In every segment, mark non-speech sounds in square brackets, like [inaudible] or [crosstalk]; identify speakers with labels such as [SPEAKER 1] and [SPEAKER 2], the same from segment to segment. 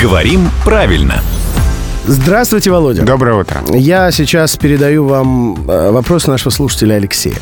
[SPEAKER 1] Говорим правильно.
[SPEAKER 2] Здравствуйте, Володя.
[SPEAKER 3] Доброе утро.
[SPEAKER 2] Я сейчас передаю вам э, вопрос нашего слушателя Алексея.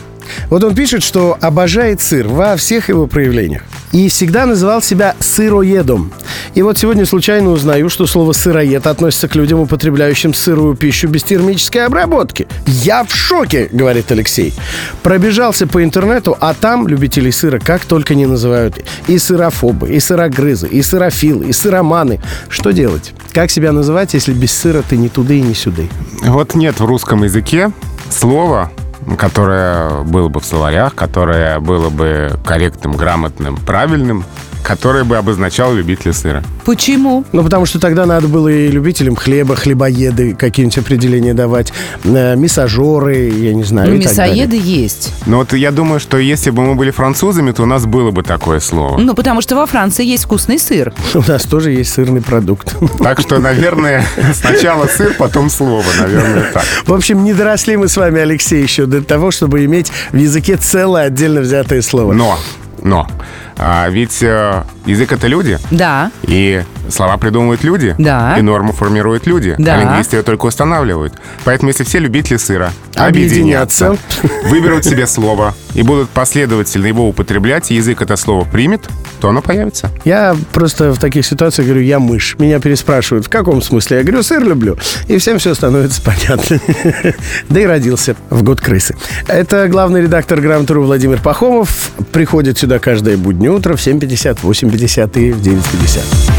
[SPEAKER 2] Вот он пишет, что обожает сыр во всех его проявлениях. И всегда называл себя сыроедом. И вот сегодня случайно узнаю, что слово «сыроед» относится к людям, употребляющим сырую пищу без термической обработки. «Я в шоке», — говорит Алексей. Пробежался по интернету, а там любителей сыра как только не называют. И сырофобы, и сырогрызы, и сырофилы, и сыроманы. Что делать? Как себя называть, если без сыра ты не туды и не сюды?
[SPEAKER 3] Вот нет в русском языке слова, которое было бы в словарях, которое было бы корректным, грамотным, правильным, которое бы обозначало любителя сыра.
[SPEAKER 4] Почему?
[SPEAKER 2] Ну, потому что тогда надо было и любителям хлеба, хлебоеды какие-нибудь определения давать, э, мясожоры, я не знаю,
[SPEAKER 4] Ну,
[SPEAKER 2] А и так далее.
[SPEAKER 4] мясоеды есть.
[SPEAKER 3] Но вот я думаю, что если бы мы были французами, то у нас было бы такое слово.
[SPEAKER 4] Ну, потому что во Франции есть вкусный сыр.
[SPEAKER 2] [laughs] У нас тоже есть сырный продукт. [laughs]
[SPEAKER 3] Так что, наверное, [laughs] сначала сыр, потом слово, наверное, так.
[SPEAKER 2] В общем, не доросли мы с вами, Алексей, еще до того, чтобы иметь в языке целое отдельно взятое слово.
[SPEAKER 3] Но, но, а ведь э, язык — это люди,
[SPEAKER 4] Да.
[SPEAKER 3] и слова придумывают люди,
[SPEAKER 4] Да.
[SPEAKER 3] и норму формируют люди,
[SPEAKER 4] Да.
[SPEAKER 3] а лингвисты ее только устанавливают. Поэтому если все любители сыра
[SPEAKER 2] Объединятся.
[SPEAKER 3] объединятся, выберут себе слово и будут последовательно его употреблять, и язык это слово примет, то оно появится.
[SPEAKER 2] Я просто в таких ситуациях говорю, я мышь. Меня переспрашивают, в каком смысле? Я говорю, сыр люблю. И всем все становится [laughs] понятно. Да и родился в год крысы. Это главный редактор «Грамотру» Владимир Пахомов. Приходит сюда каждое буднее утро в 7.50, 8.50 и в 9.50.